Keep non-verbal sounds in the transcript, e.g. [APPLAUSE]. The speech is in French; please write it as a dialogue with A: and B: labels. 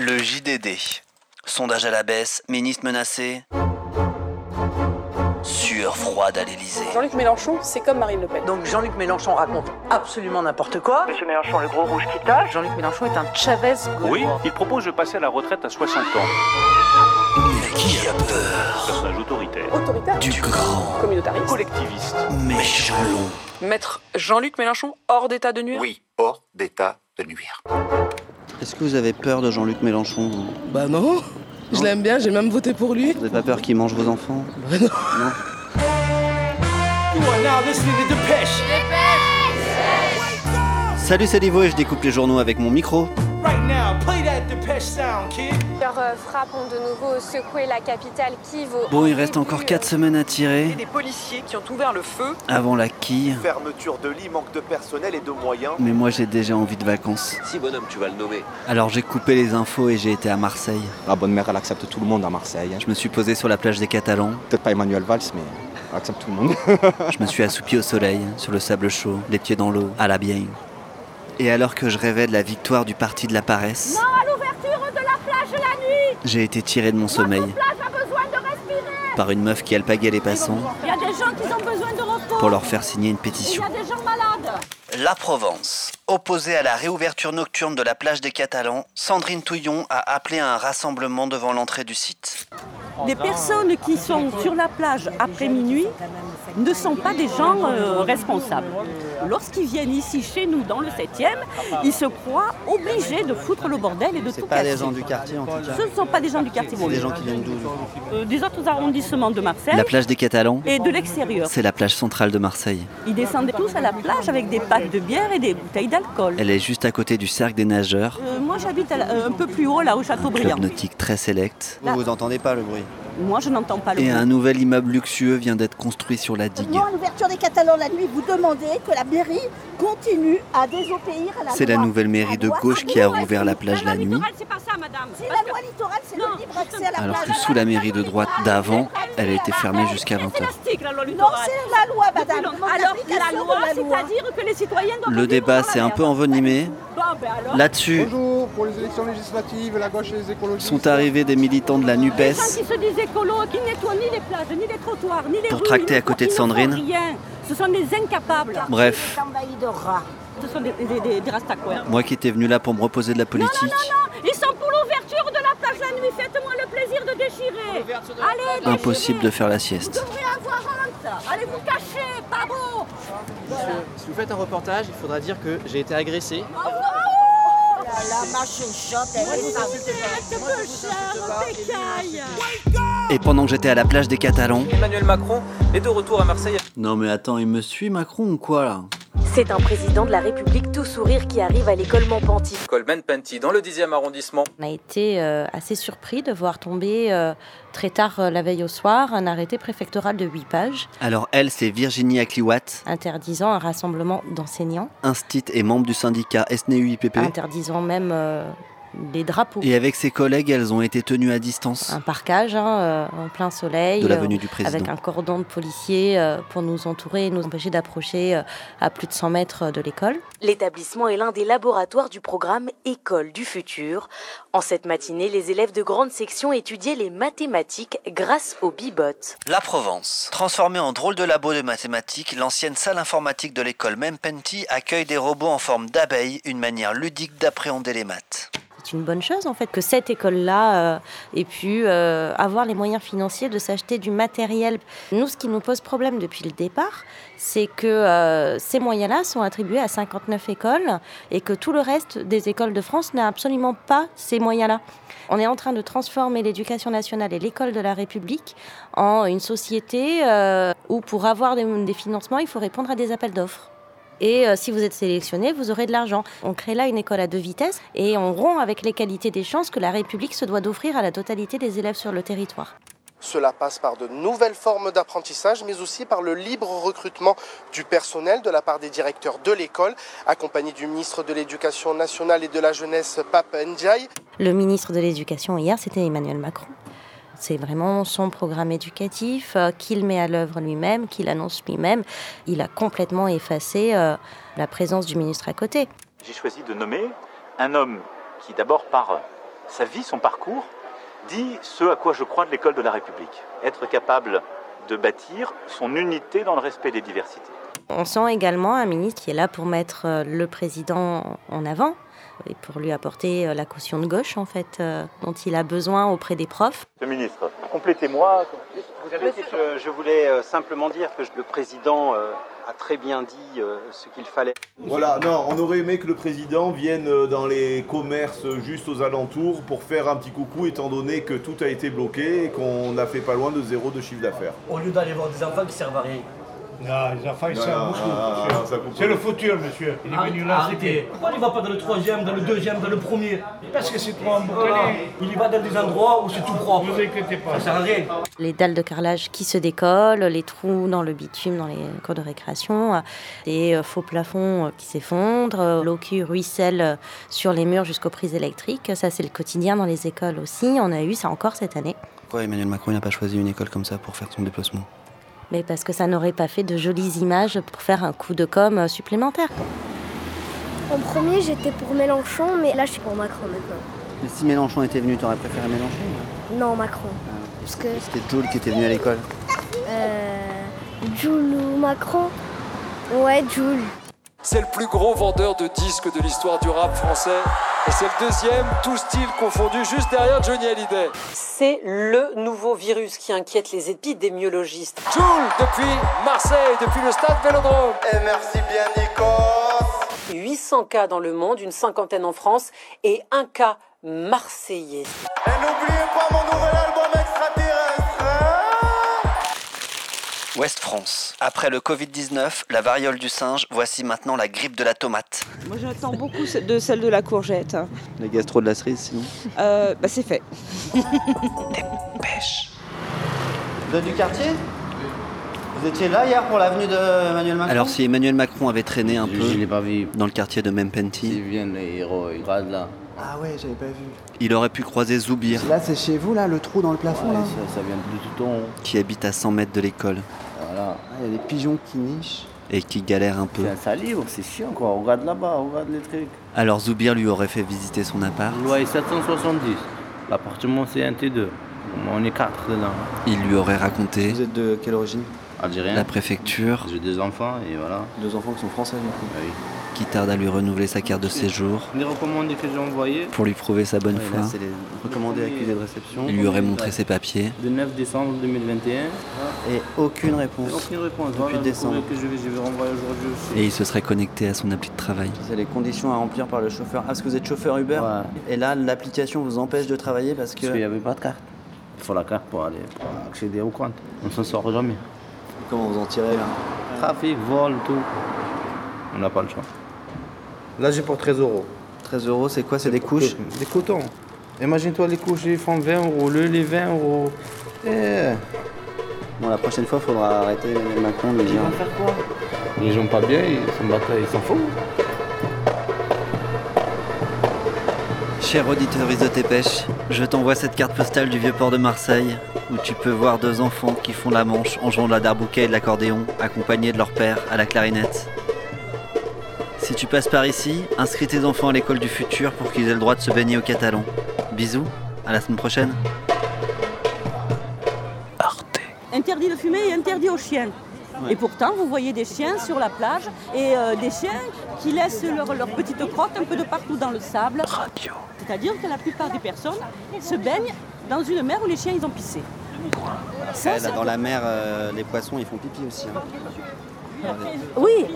A: Le JDD. Sondage à la baisse, ministre menacé. Sueur froide à l'Elysée.
B: Jean-Luc Mélenchon, c'est comme Marine Le Pen.
C: Donc Jean-Luc Mélenchon raconte absolument n'importe quoi.
D: Monsieur Mélenchon, le gros rouge qui tâche.
E: Jean-Luc Mélenchon est un Chavez gaulois.
F: Oui, il propose de passer à la retraite à 60 ans.
A: Mais qui a peur
F: Personnage autoritaire,
B: Autoritaire,
A: Du grand
B: communautariste,
F: collectiviste.
A: méchelon.
G: Mettre Jean-Luc Mélenchon hors d'état de nuire
H: Oui, hors d'état de nuire.
I: Est-ce que vous avez peur de Jean-Luc Mélenchon vous
J: Bah non Je l'aime bien, j'ai même voté pour lui.
I: Vous n'avez pas peur qu'il mange vos enfants
J: Bah non.
I: Salut, c'est Livo et je découpe les journaux avec mon micro.
K: Leurs euh, frappes ont de nouveau secoué la capitale Kiev. au-
I: Bon, il reste encore 4 semaines à tirer
C: Des policiers qui ont ouvert le feu.
I: avant la quille.
H: Fermeture de lit, manque de personnel et de moyens.
I: Mais moi, j'ai déjà envie de vacances.
A: Si bonhomme, tu vas le nommer.
I: Alors j'ai coupé les infos et j'ai été à Marseille.
L: La Ah, bonne mère, elle accepte tout le monde à Marseille. hein.
I: Je me suis posé sur la plage des Catalans.
L: Peut-être pas Emmanuel Valls, mais elle accepte tout le monde.
I: [LAUGHS] Je me suis assoupi au soleil, sur le sable chaud, les pieds dans l'eau, à la bière. Et alors que je rêvais de la victoire du parti de la paresse. Non à l'ouverture de la plage la nuit J'ai été tiré de mon sommeil. Par une meuf qui alpaguait les passants
K: Il y a des gens qui ont besoin de repos.
I: pour leur faire signer une pétition.
K: des gens malades.
A: La Provence. Opposée à la réouverture nocturne de la plage des Catalans, Sandrine Touillon a appelé à un rassemblement devant l'entrée du site.
E: Les personnes qui sont sur la plage après minuit ne sont pas des gens euh, responsables. Lorsqu'ils viennent ici chez nous dans le 7e, ils se croient obligés de foutre le bordel et de tout casser.
I: quartier en tout
E: Ce ne sont pas des gens du quartier Maurice.
I: qui viennent d'où
E: Euh, des autres arrondissements de Marseille
I: La plage des Catalans,
E: et de l'extérieur.
I: c'est la plage centrale de Marseille.
E: Ils descendaient tous à la plage avec des packs de bière et des bouteilles d'alcool.
I: Elle est juste à côté du cercle des nageurs,
E: Euh, moi, j'habite à la- euh, un peu plus haut, là, au
I: un club
E: Châteaubriand.
I: nautique très sélect.
E: Vous, vous
I: entendez pas le bruit
E: Moi, je n'entends pas le
I: Et
E: bruit.
I: un nouvel immeuble luxueux vient d'être construit sur la digue.
K: l'ouverture des Catalans la nuit, vous demandez que la mairie continue à désobéir à la
I: C'est la nouvelle mairie de gauche qui a rouvert la plage la nuit,
E: c'est pas ça, madame.
K: loi littorale, c'est le libre accès à la
I: alors que sous la mairie de droite
E: Ah,
I: d'avant, elle était fermée jusqu'à 20h.
E: la loi
K: la loi,
E: Alors, la loi, c'est-à-dire que les citoyens doivent...
I: Le débat s'est un peu envenimé.
E: ben
I: Là-dessus
L: Bonjour, pour les élections législatives, la gauche et les écologistes.
I: sont arrivés des militants de la
E: qui
I: NUPES.
E: se disent écolos, qui nettoient ni les plages, ni les trottoirs, ni les
I: Pour
E: rues,
I: tracter
E: ils
I: à côté
E: ne
I: de
E: font- ils ne
I: Sandrine.
E: font rien. Ce sont des incapables.
I: Bref,
E: Ce sont des, des, des, des rastaquois.
I: moi qui étais venu là pour me reposer de la politique,
E: Ils sont pour l'ouverture de la plage la nuit. Faites-moi le plaisir de déchirer. Allez,
I: impossible de faire la sieste.
E: Vous devrez avoir honte. Allez vous cacher, pas beau.
C: Si vous faites un reportage, il faudra dire que j'ai été agressé.
I: Et pendant que j'étais à la plage des Catalans...
C: Emmanuel Macron est de retour à Marseille.
I: Non mais attends, il me suit Macron ou quoi là
G: C'est un président de la République tout sourire qui arrive à l'école Montpenty.
C: Colman Panty, dans le 10e arrondissement.
D: On a été euh, assez surpris de voir tomber euh, très tard euh, la veille au soir un arrêté préfectoral de 8 pages
I: Alors elle, c'est Virginie Akliwat,
D: interdisant un rassemblement d'enseignants,
I: instit et membre du syndicat E SNEUIPP.
E: Ah.
D: interdisant même euh, les drapeaux.
I: Et avec ses collègues, elles ont été tenues à distance
E: Ah.
D: Un parcage hein, euh, en plein soleil.
I: de la
D: euh,
I: venue du président.
D: avec un cordon de policiers euh, pour nous entourer et nous empêcher d'approcher euh, à plus de 100 mètres euh, de l'école.
G: L'établissement est l'un des laboratoires du programme École du futur. En cette matinée, les élèves de grande section étudiaient les mathématiques grâce au bibot.
A: La Provence. Transformée en drôle de labo de mathématiques, l'ancienne salle informatique de l'école Mempenti accueille des robots en forme d'abeilles, une manière ludique d'appréhender les maths.
D: C'est une bonne chose en fait que cette école-là euh, ait pu euh, avoir les moyens financiers de s'acheter du matériel. Nous, ce qui nous pose problème depuis le départ, c'est que euh, ces moyens-là sont attribués à 59 écoles et que tout le reste des écoles de France n'a absolument pas ces moyens-là. On est en train de transformer l'éducation nationale et l'école de la République en une société euh, où pour avoir des, des financements, il faut répondre à des appels d'offres. Et euh, si vous êtes sélectionné, vous aurez de l'argent. On crée là une école à deux vitesses et on rompt avec les qualités des chances que la République se doit d'offrir à la totalité des élèves sur le territoire.
J: Cela passe par de nouvelles formes d'apprentissage, mais aussi par le libre recrutement du personnel de la part des directeurs de l'école, accompagné du ministre de l'Éducation nationale et de la jeunesse, Pape Ndiaye.
D: Le ministre de l'Éducation hier, c'était Emmanuel Macron. C'est vraiment son programme éducatif euh, qu'il met à l'œuvre lui-même, qu'il annonce lui-même. Il a complètement effacé euh, la présence du ministre à côté.
F: J'ai choisi de nommer un homme qui, d'abord par
M: sa vie, son parcours, dit ce à quoi je crois de l'école de la République. Être capable de bâtir son unité dans le respect des diversités.
G: On sent également un ministre qui est là pour mettre euh, le président en avant et pour lui apporter la caution de gauche, en fait,
D: euh,
G: dont il a besoin auprès des profs.
M: Le ministre, complétez-moi.
N: Vous avez dit que je voulais euh, simplement dire que le président euh, a très bien dit euh, ce qu'il fallait.
O: Voilà, non, on aurait aimé que le président vienne euh, dans les commerces juste aux alentours pour faire un petit coucou, étant donné que tout a été bloqué et qu'on a fait pas loin de zéro de chiffre d'affaires.
P: Au lieu d'aller voir des enfants qui servent à rien.
Q: Non, les enfants, ils
O: Non,
Q: savent
O: non,
Q: beaucoup.
O: non,
Q: monsieur.
O: non, Ah, ça coupe
Q: c'est
O: le-
Q: le futur, monsieur. Il est
P: Arrête-
Q: venu là,
P: arrêtez. Pourquoi il ne va pas dans le troisième, dans le deuxième, dans le premier
Q: Parce que c'est trop embouteillé.
P: Voilà. Il y va dans des endroits où c'est tout propre.
Q: Ne vous inquiétez pas.
P: Ça sert à rien.
G: Les dalles de carrelage qui se décollent, les trous dans le bitume, dans les cours de récréation, euh, des euh, faux plafonds euh, qui s'effondrent, euh, l'eau qui ruisselle euh, sur les murs jusqu'aux prises électriques. Ça, c'est le quotidien dans les écoles aussi. On a eu ça encore cette année.
I: Pourquoi Emmanuel Macron n'a pas choisi une école comme ça pour faire son déplacement
G: Mais parce que ça n'aurait pas fait de jolies images pour faire un coup de com euh, supplémentaire.
R: En premier, j'étais pour Mélenchon, mais là, je suis pour Macron maintenant.
I: Mais si Mélenchon était venu, t'aurais préféré Mélenchon hein
R: Non, Macron. Parce que
I: C'était Jules qui était venu à l'école.
R: euh, Jules ou Macron Ouais, Jules.
S: C'est le plus gros vendeur de disques de l'histoire du rap français. Et c'est le deuxième, tout style confondu, juste derrière Johnny Hallyday.
B: C'est le nouveau virus qui inquiète les épidémiologistes.
S: Joule depuis Marseille, depuis le stade Vélodrome.
B: Et merci bien Nikos 800 cas dans le monde, une cinquantaine en France et un cas marseillais. hein
A: Ouest France. Après le Covid-19, la variole du singe, voici maintenant la grippe de la tomate.
T: Moi j'attends beaucoup ce- de celle de la courgette. hein.
I: La gastro de la cerise, sinon.
T: Euh, bah c'est fait.
I: Pêche.
U: De du quartier Vous étiez là hier pour l'avenue de Emmanuel Macron
I: Alors si Emmanuel Macron avait traîné un peu
U: l'ai
I: dans le quartier de Mempenti,
U: Ah ouais, j'avais pas vu.
I: il aurait pu croiser Zoubir,
U: Là, c'est chez vous, là, le trou dans le plafond, là
I: vient de qui habite à 100 mètres de l'école
U: Il y a des pigeons qui nichent.
I: et qui galère un peu.
U: livre, c'est chiant, quoi. On regarde là-bas, on regarde les trucs.
I: Alors Zoubir lui aurait fait visiter son appart,
F: Loi est 770. L'appartement c'est un T2. On est quatre dedans.
I: il lui aurait raconté
F: êtes de quelle origine Algérien.
I: la préfecture
F: J'ai deux enfants et voilà.
I: Deux enfants qui sont français du coup. Qui tarde à lui renouveler sa carte de séjour
F: Les recommandés que j'ai envoyés.
I: pour lui prouver sa bonne
F: Ouais,
I: foi.
F: là, c'est les recommandés accusés de réception.
I: Il lui aurait montré ses papiers.
F: De 9 décembre 2021.
I: Et aucune réponse.
F: Aucune réponse.
I: Depuis
F: voilà, le
I: décembre.
F: courrier que je vais, je vais renvoyer aujourd'hui aussi.
I: Et il se serait connecté à son appli de travail.
U: C'est les conditions à remplir par le chauffeur. Ah, Est-ce que vous êtes chauffeur Uber Et là, l'application vous empêche de travailler parce que.
F: Parce qu'il n'y avait pas de carte. Il faut la carte pour aller pour accéder au compte. On s'en sort jamais.
U: Comment vous en tirez là
F: Trafic, vol, tout. On n'a pas le choix.
U: Là, j'ai pour 13 euros. 13 euros, c'est quoi C'est des couches
F: Des cotons. Imagine-toi les couches, ils font 20 euros, le les 20 euros. Eh.
I: Bon, la prochaine fois, faudra arrêter Macron de dire.
F: Les gens pas bien, ils s'en battent, ils s'en foutent.
I: Cher auditeur Isotépêche, je t'envoie cette carte postale du vieux port de Marseille où tu peux voir deux enfants qui font la manche en jouant de la darbouquet et de l'accordéon, accompagnés de leur père à la clarinette. Si tu passes par ici, inscris tes enfants à l'école du futur pour qu'ils aient le droit de se baigner au catalan. Bisous, à la semaine prochaine.
D: Interdit de fumer et interdit aux chiens. Et pourtant, vous voyez des chiens sur la plage et euh, des chiens qui laissent leur, leur petite crotte un peu de partout dans le sable. C'est-à-dire que la plupart des personnes se baignent dans une mer où les chiens ils ont pissé. Ça,
I: euh, hein. dans la mer, les poissons ils font pipi aussi.
D: Oui,